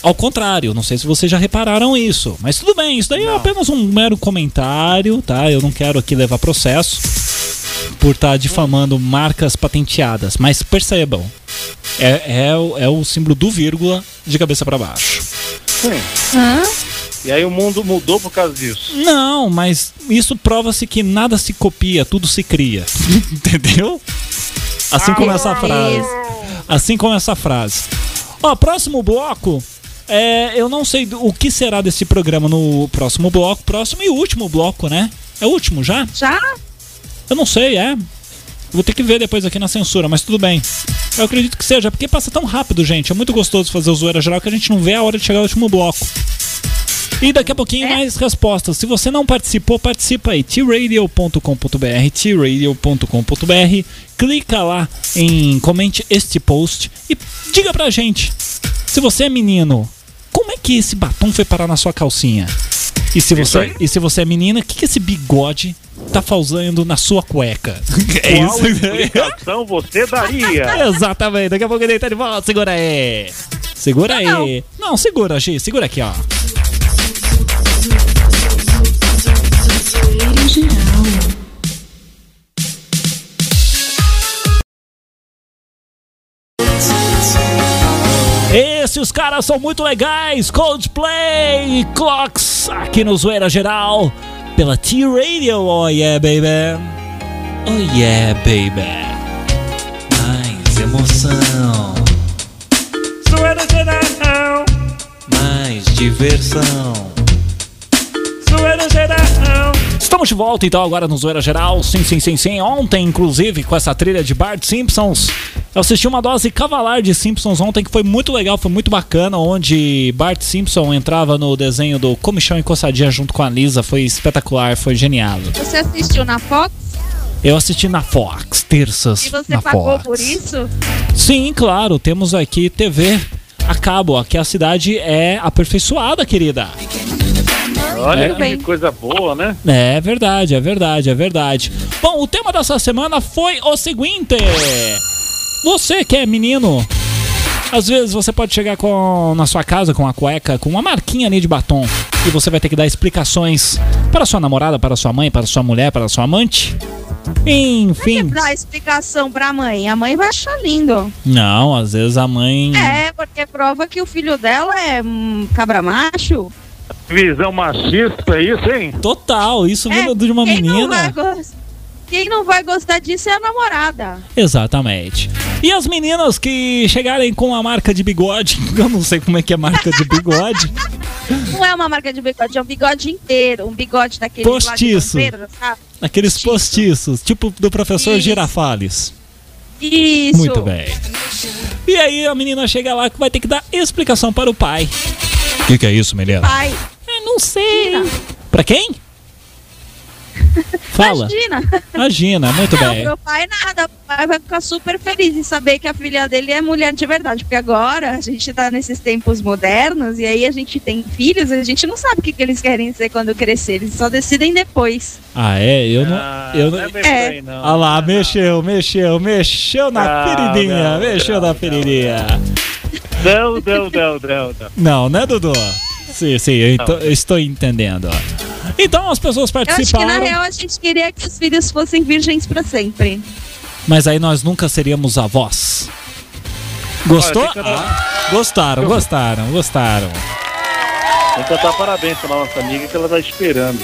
S1: ao contrário. Não sei se vocês já repararam isso, mas tudo bem, isso daí é apenas um mero comentário, tá? Eu não quero aqui levar processo por estar difamando marcas patenteadas, mas percebam, é, é, o- é o símbolo do vírgula de cabeça pra baixo.
S4: Hã?
S3: E aí o mundo mudou por causa disso.
S1: Não, mas isso prova-se que nada se copia, tudo se cria. [LAUGHS] Entendeu? Assim como essa frase. Assim como essa frase. Ó, próximo bloco. é, eu não sei do- o que será desse programa no próximo bloco. Próximo e último bloco, né? É o último já?
S4: Já?
S1: Eu não sei, é. Vou ter que ver depois aqui na censura, mas tudo bem. Eu acredito que seja, porque passa tão rápido, gente. É muito gostoso fazer o zoeira geral que a gente não vê a hora de chegar ao último bloco. E daqui a pouquinho mais respostas. Se você não participou, participa aí. tradio.com.br, tradio.com.br. Clica lá em comente este post e diga pra gente. Se você é menino, como é que esse batom foi parar na sua calcinha? E se você, e se você é menina, o que, que esse bigode tá causando na sua cueca? [LAUGHS] É
S3: Qual explicação você daria?
S1: [LAUGHS] Exatamente, daqui a pouco ele tá de volta, segura aí. Segura aí. Não, segura, G, segura aqui, ó. Esses caras são muito legais, Coldplay, Clocks, aqui no Zoeira Geral, pela T-Radio, oh yeah, baby. Oh yeah, baby mais emoção,
S5: Zoeira geral,
S1: mais diversão.
S5: zoeira geral.
S1: Estamos Estamos de volta então agora no Zoeira Geral, sim, sim, sim, sim. Ontem, inclusive, com essa trilha de Bart Simpsons, eu assisti uma dose cavalar de Simpsons ontem que foi muito legal, foi muito bacana, onde Bart Simpson entrava no desenho do Comichão e Coçadinha junto com a Lisa, foi espetacular, foi genial.
S4: Você assistiu na Fox
S1: Eu assisti na Fox, terças
S4: e você
S1: na
S4: pagou
S1: Fox.
S4: por isso?
S1: Sim, claro, temos aqui TV a cabo, aqui a cidade é aperfeiçoada, querida.
S3: Olha
S4: Tudo
S3: que
S4: bem.
S3: coisa boa, né?
S1: É verdade, é verdade, é verdade. Bom, o tema dessa semana foi o seguinte: Você que é menino, às vezes você pode chegar com na sua casa com uma cueca, com uma marquinha ali de batom, e você vai ter que dar explicações para sua namorada, para sua mãe, para sua mulher, para sua amante.
S4: Tem
S1: Enfim.
S4: que dar explicação pra mãe. A mãe vai achar lindo.
S1: Hum. Não, às vezes a mãe.
S4: É, porque prova que o filho dela é um cabra macho.
S3: Visão machista, é isso, hein?
S1: Total, isso
S4: É,
S1: vindo de uma
S4: quem Não vai
S1: menina.
S4: gos- quem não vai gostar disso é a namorada.
S1: Exatamente. E as meninas que chegarem com a é marca de bigode, [LAUGHS] eu não sei como é que é marca de bigode.
S4: Não é uma marca de bigode, é um bigode inteiro. Um bigode daquele
S1: Postiço.
S4: lá de Dom Pedro, sabe?
S1: Aqueles
S4: Postiço.
S1: postiços, tipo do professor
S4: Isso.
S1: Girafales.
S4: Isso.
S1: Muito bem. E aí a menina chega lá que vai ter que dar explicação para o pai. O que, que é isso, menina?
S4: Pai,
S1: Ah, não sei.
S4: Gina.
S1: Pra
S4: [LAUGHS]
S1: quem? Fala.
S4: Imagina.
S1: A Gina, muito
S4: Não,
S1: bem.
S4: meu pai nada. O pai vai ficar super feliz em saber que a filha dele é mulher de verdade. Porque agora a gente tá nesses tempos modernos e aí a gente tem filhos, a gente não sabe o que, que eles querem ser quando crescer. Eles só decidem depois.
S1: Ah, é? Eu não. eu não...
S3: é bem
S4: É.
S3: por aí, não.
S1: Ah lá,
S3: Não.
S1: mexeu, mexeu, mexeu na
S3: Não,
S1: feridinha,
S3: não,
S1: mexeu
S3: não,
S1: na
S3: não.
S1: feridinha.
S3: Não, não, não, não, não.
S1: Não, né, Dudu? Sim, sim, eu, ento-
S3: Não.
S1: eu estou entendendo. Então as pessoas
S4: Eu acho que na
S1: participaram,
S4: real a gente queria que os filhos fossem virgens pra sempre.
S1: mas aí nós nunca seríamos avós. Gostou?
S3: Olha, tem que
S1: Ah, gostaram, gostaram, gostaram. Ah.
S3: Vou cantar parabéns pra nossa amiga que ela tá esperando.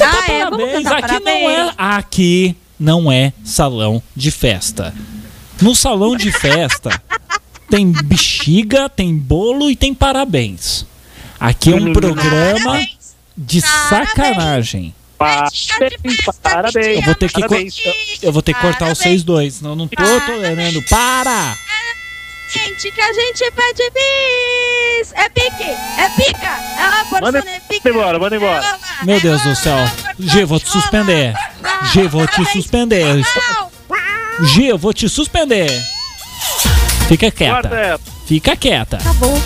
S4: Ah, é, vamos
S1: Parabéns,
S4: cantar
S1: aqui
S4: parabéns.
S1: não é, aqui não é salão de festa. No salão de festa tem bexiga, tem bolo e tem parabéns. Aqui é um programa
S4: Parabéns.
S1: de
S4: Parabéns.
S1: sacanagem.
S4: Vai ficar de
S3: Ah, Parabéns,
S4: festa, mentira,
S3: parabéns.
S1: Eu vou ter que co-
S3: Parabéns.
S1: Eu vou ter que cortar
S4: Parabéns,
S1: os seis dois, não, não tô tolerando. Para!
S4: Gente, que a gente pede bis! É pique! É pica! É uma porção
S3: Manda
S4: é pica!
S3: embora, manda embora.
S4: É bola,
S1: Meu
S4: é
S1: Deus do
S4: bola,
S1: céu.
S4: é porção
S1: G, vou te
S4: de bola.
S1: suspender.
S4: Não,
S1: G, vou te
S4: parabéns.
S1: suspender.
S4: Não.
S1: G, eu vou te suspender. Fica
S3: Guarda
S1: quieta,
S3: ela.
S1: fica quieta.
S4: Acabou.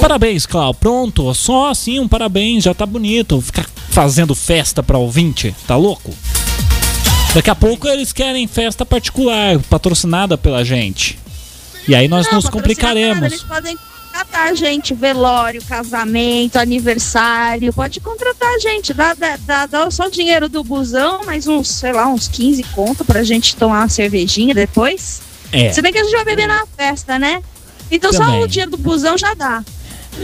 S1: Parabéns, Clau. Pronto, só assim um parabéns, já tá bonito. Ficar fazendo festa pra ouvinte, tá louco? Daqui a pouco eles querem festa particular, patrocinada pela gente. E aí nós
S4: Não,
S1: nos
S4: patrocina nada,
S1: complicaremos.
S4: Eles podem contratar a gente, velório, casamento, aniversário. Pode contratar a gente. Dá, dá, dá, dá só o dinheiro do busão, mais uns, sei lá, uns 15 conto pra gente tomar uma cervejinha depois.
S1: É.
S4: Se bem que a gente vai beber na festa, né? Então só
S1: Também.
S4: o dinheiro do busão já dá.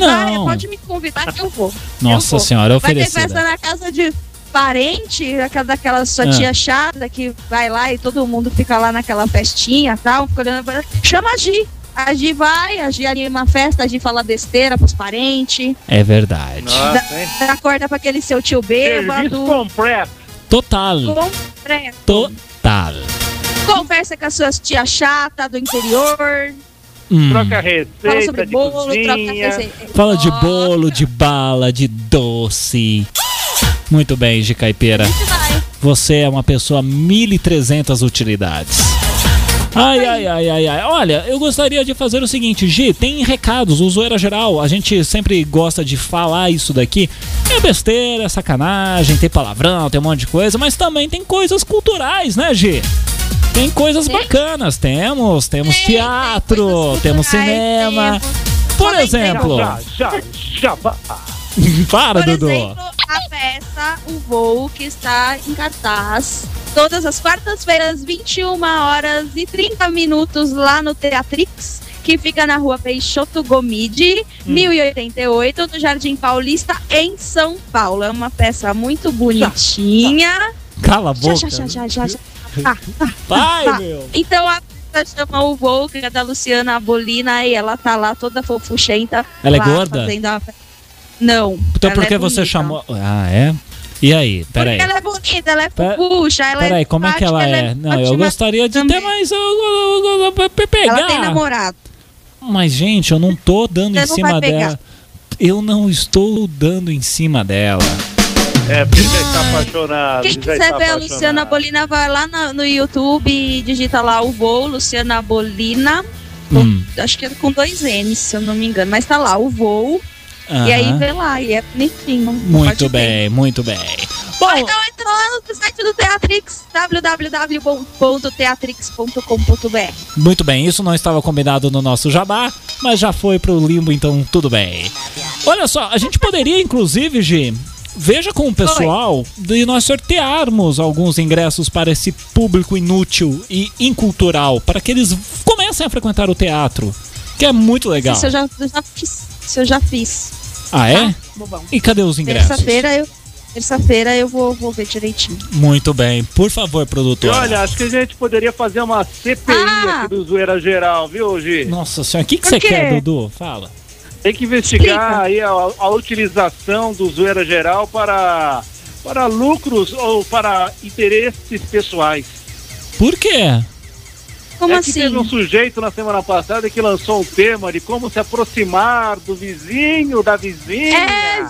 S4: Ah,
S1: Não.
S4: pode me convidar que eu vou.
S1: Nossa
S4: eu vou.
S1: senhora, é
S4: Vai ter festa
S1: oferecida.
S4: na casa de parente, na casa daquela sua
S1: Ah.
S4: tia chata que vai lá e todo mundo fica lá naquela festinha e tal. fica olhando pra- Chama a Gi. A Gi vai, a Gi anima a festa, a Gi fala besteira pros parentes,
S1: É verdade.
S3: Nossa, hein?
S4: acorda pra aquele seu tio
S3: Serviço
S4: bêbado.
S3: completo.
S1: Total.
S4: completo,
S1: Total.
S4: Conversa com as suas tia chata do interior.
S1: Hum.
S3: Troca
S4: Fala sobre
S3: receita de
S4: bolo, troca
S3: cozinha.
S4: receita.
S1: Fala de bolo, de bala, de doce. Muito bem, de caipira.
S4: A gente vai.
S1: Você é uma pessoa 1300 utilidades. Ai, ai, ai, ai, ai. Olha, eu gostaria de fazer o seguinte, Gi, tem recados, o Zoeira Geral, a gente sempre gosta de falar isso daqui. É besteira, é sacanagem, tem palavrão, tem um monte de coisa, mas também tem coisas culturais, né, Gi? Tem coisas
S4: Tem.
S1: bacanas, temos, temos
S4: Tem, tem
S1: teatro,
S4: coisas
S1: temos
S4: culturais,
S1: cinema.
S4: temos-
S1: Por
S4: Podem
S1: exemplo,
S3: Já, já, já. vá.
S1: [LAUGHS] para,
S4: Por
S1: Dudu.
S4: exemplo, a peça O Voo, que está em cartaz todas as quartas-feiras, 21 horas e 30 minutos, lá no Teatrix, que fica na rua Peixoto
S1: Hum.
S4: Gomide, 1088, no Jardim Paulista, em São Paulo. É uma peça muito
S1: Tá,
S4: bonitinha.
S1: Cala a
S4: Já,
S1: boca.
S4: já, já, já, já, já.
S1: Vai,
S4: Tá.
S1: meu.
S4: Então a peça chama O Voo, que é da Luciana Bolina, e ela tá lá toda fofuchenta.
S1: Ela é
S4: lá
S1: gorda?
S4: fazendo a- Não.
S1: Então
S4: ela
S1: por
S4: é
S1: que você
S4: bonita.
S1: chamou. Ah, é? E aí, peraí.
S4: Porque ela é bonita, ela é
S1: Pera-
S4: fofucha, ela é
S1: Peraí, como é que ela
S4: simpática,
S1: é? Não, eu
S4: ótima.
S1: gostaria de ter
S4: também.
S1: mais. eu- eu- eu- eu- eu- eu-
S4: Ela tem
S1: pegar.
S4: namorado.
S1: Mas, gente, eu não tô dando
S4: Você
S1: em
S4: não
S1: cima
S4: vai pegar.
S1: dela. Eu não estou dando em cima dela.
S3: É, porque já está apaixonado.
S4: Ah. Quem
S3: já
S4: quiser
S3: está
S4: ver a
S3: tá apaixonado.
S4: Luciana Bolina, vai lá na- no YouTube e digita lá o voo, Luciana Bolina. Com-
S1: Hum,
S4: Acho que é com dois N's, se eu não me engano. Mas tá lá, o voo. E aí
S1: aham.
S4: vê lá, e é bonitinho.
S1: Muito
S4: Pode ver.
S1: bem, muito bem.
S4: Ou
S1: Bom,
S4: então entra lá no site do Teatrix, www.teatrix.com.br.
S1: muito bem, isso não estava combinado no nosso jabá, mas já foi pro limbo, então tudo bem. Olha só, a gente poderia, inclusive, Gi, veja com o pessoal de nós sortearmos alguns ingressos para esse público inútil e incultural, para que eles comecem a frequentar o teatro, que é muito legal.
S4: Isso eu já, eu já fiz. Isso eu já fiz.
S1: Ah, é?
S4: Bobão.
S1: E cadê os ingressos?
S4: Terça-feira eu, terça-feira eu vou, vou ver direitinho.
S1: Muito bem, por favor,
S3: E
S1: produtor.
S3: olha, acho que a gente poderia fazer uma CPI
S4: Ah!
S3: aqui do Zoeira Geral, viu, Gi?
S1: Nossa senhora, o que, que
S4: Por
S1: você
S4: quê?
S1: quer, Dudu? Fala.
S3: Tem que investigar
S4: Explica.
S3: aí a, a utilização do zoeira geral para, para lucros ou para interesses pessoais.
S1: Por quê?
S4: Como
S3: é que
S4: assim?
S3: teve um sujeito na semana passada que lançou um tema de como se aproximar do vizinho, da vizinha.
S4: É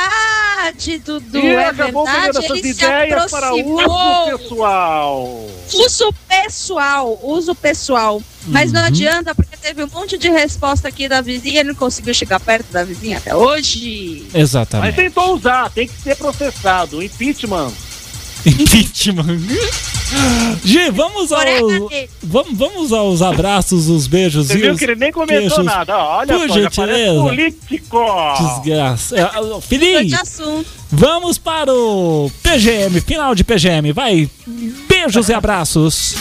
S4: verdade, Dudu.
S3: e
S4: é
S3: acabou
S4: verdade.
S3: pegando essas
S4: Ele se
S3: ideias para uso
S4: aproximou.
S3: pessoal.
S4: Uso pessoal, uso pessoal. Mas
S3: Uhum.
S4: não adianta, porque teve um monte de resposta aqui da vizinha, ele não conseguiu chegar perto da vizinha até hoje.
S1: Exatamente.
S3: Mas tentou usar, tem que ser processado. Impeachment.
S1: Impeachment. [LAUGHS] Gi, vamos ao,
S4: Porém, aqui,
S1: vamos, vamos aos abraços, os beijos
S3: Você
S1: e
S3: viu
S1: os
S3: que ele nem comentou
S1: queixos.
S3: nada. ó, Olha
S1: Por
S3: só, já parece
S1: é gentileza.
S3: político.
S1: desgraça. É, é,
S4: mudou de
S1: Feliz,
S4: assunto.
S1: vamos para o PGM, final de PGM. Vai, beijos e abraços.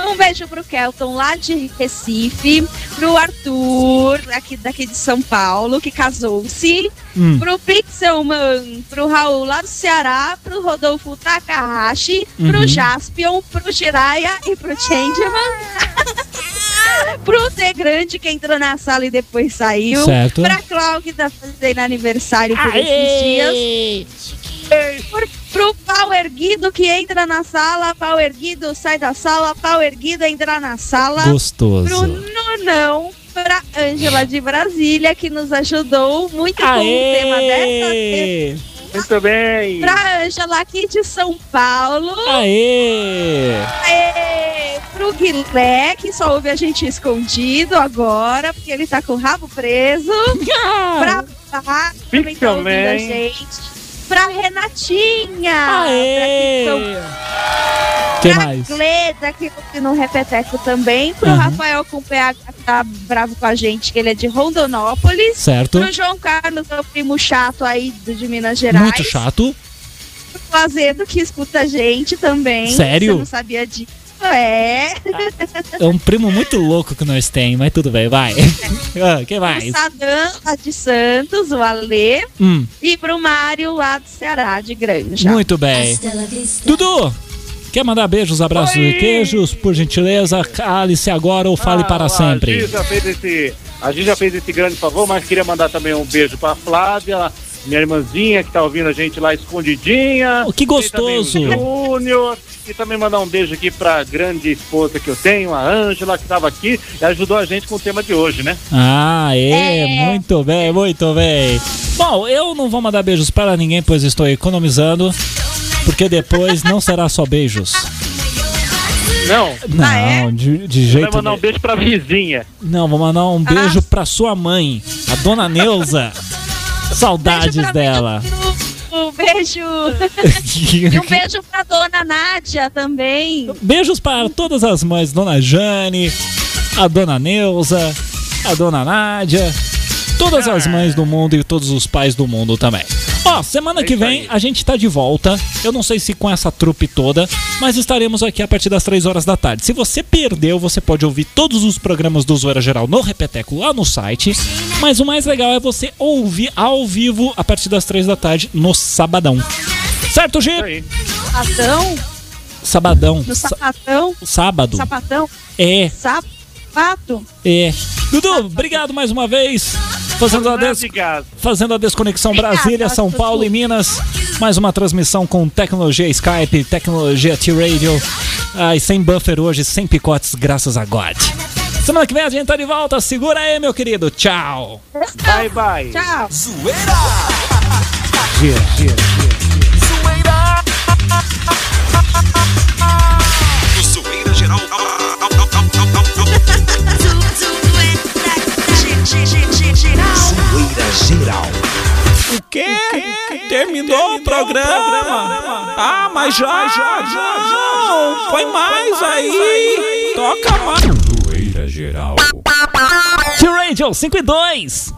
S4: Um beijo pro Kelton lá de Recife, pro Arthur, aqui, daqui de São Paulo, que casou-se,
S1: Hum,
S4: pro Pixelman, pro Raul lá do Ceará, pro Rodolfo Takahashi,
S1: Uhum.
S4: pro Jaspion, pro Jiraya e pro Changeman. [LAUGHS] pro The Grande, que entrou na sala e depois saiu.
S1: certo.
S4: Pra Clau, que tá fazendo aniversário por esses dias. Por- pro pau erguido que entra na sala, pau erguido sai da sala, pau erguido entra na sala. Pro
S1: Gostoso.
S4: Nunão, pra Ângela de Brasília, que nos ajudou muito com o tema dessa.
S1: Aê!
S3: Muito bem.
S4: Pra Ângela aqui de São Paulo.
S1: Aê!
S4: Ah, Aê! Pro Guilherme, que só ouve a gente escondido agora, porque ele tá com o rabo preso. pra Bá, que também tá ouvindo a
S3: Também.
S4: gente. Pra Renatinha.
S1: Aê!
S4: Pra que
S1: que
S4: pra
S1: mais?
S4: Gleda, que ouve no Repeteco também. Pro
S1: Uhum.
S4: Rafael com PH, que tá bravo com a gente, que ele é de Rondonópolis.
S1: Certo.
S4: Pro João Carlos, meu primo chato aí do, de Minas Gerais.
S1: Muito chato.
S4: Pro Azedo, que escuta a gente também.
S1: Sério?
S4: Você não sabia disso. É.
S1: É um primo muito louco que nós tem, mas tudo bem, vai. Ah, que mais?
S4: O Sadam, lá de Santos, o Alê.
S1: Hum,
S4: E pro Mário, lá do Ceará, de Granja.
S1: muito bem. Dudu, quer mandar beijos, abraços
S3: Oi!
S1: e queijos? Por gentileza, cale-se agora ou fale
S3: Ah,
S1: para
S3: A Gi,
S1: sempre.
S3: já fez esse, a Gi já fez esse grande favor, mas queria mandar também um beijo pra Flávia, minha irmãzinha que tá ouvindo a gente lá escondidinha.
S1: Oh, que gostoso.
S3: E também o Júnior. E também mandar um beijo aqui pra grande esposa que eu tenho, a Ângela, que estava aqui e ajudou a gente com o tema de hoje, né?
S1: Ah, é, muito bem, muito bem. Bom, eu não vou mandar beijos para ninguém, pois estou economizando, porque depois não será só beijos.
S3: Não,
S1: Não,
S4: Ah, é?
S1: de, de
S3: vai
S1: jeito
S3: mandar um
S1: nenhum.
S3: beijo pra vizinha.
S1: Não, vou mandar um
S4: Ah.
S1: beijo para sua mãe, a dona Neuza. Saudades
S4: Beijo pra
S1: dela.
S4: mim,
S1: [LAUGHS]
S4: Um beijo. E um beijo pra dona Nádia também.
S1: Beijos para todas as mães, Dona Jane, a Dona Neuza, a Dona Nádia, todas as
S3: Ah.
S1: mães do mundo e todos os pais do mundo também. Ó, semana que
S3: É isso
S1: vem
S3: aí.
S1: a gente tá de volta. Eu não sei se com essa trupe toda, mas estaremos aqui a partir das 3 horas da tarde. Se você perdeu, você pode ouvir todos os programas do Zoeira Geral no Repeteco lá no site. Mas o mais legal é você ouvir ao vivo a partir das 3 da tarde no sabadão. Certo,
S3: Isso
S1: G?
S3: aí.
S4: Sapatão,
S1: Sabadão.
S4: no
S1: Sa-
S4: sapatão,
S1: sábado.
S4: sapatão,
S1: É.
S4: sapato.
S1: É. Dudu, obrigado mais uma vez. Fazendo a, des-
S3: Obrigado.
S1: fazendo a desconexão
S4: Obrigada,
S1: Brasília, São
S4: Arthur.
S1: Paulo e Minas. Mais uma transmissão com tecnologia Skype, tecnologia T-Radio. Ah, e sem buffer hoje, sem picotes, graças a God. Semana que vem a gente tá de volta. Segura aí, meu querido. Tchau.
S3: Bye, bye.
S4: Tchau.
S2: O Zoeira Geral. Zoeira Geral.
S1: Que? Terminou, o programa? Ah, mas já, já, já, já. Põe mais aí. Toca mais.
S7: Zoeira geral.
S1: T-Radio 5 e 2.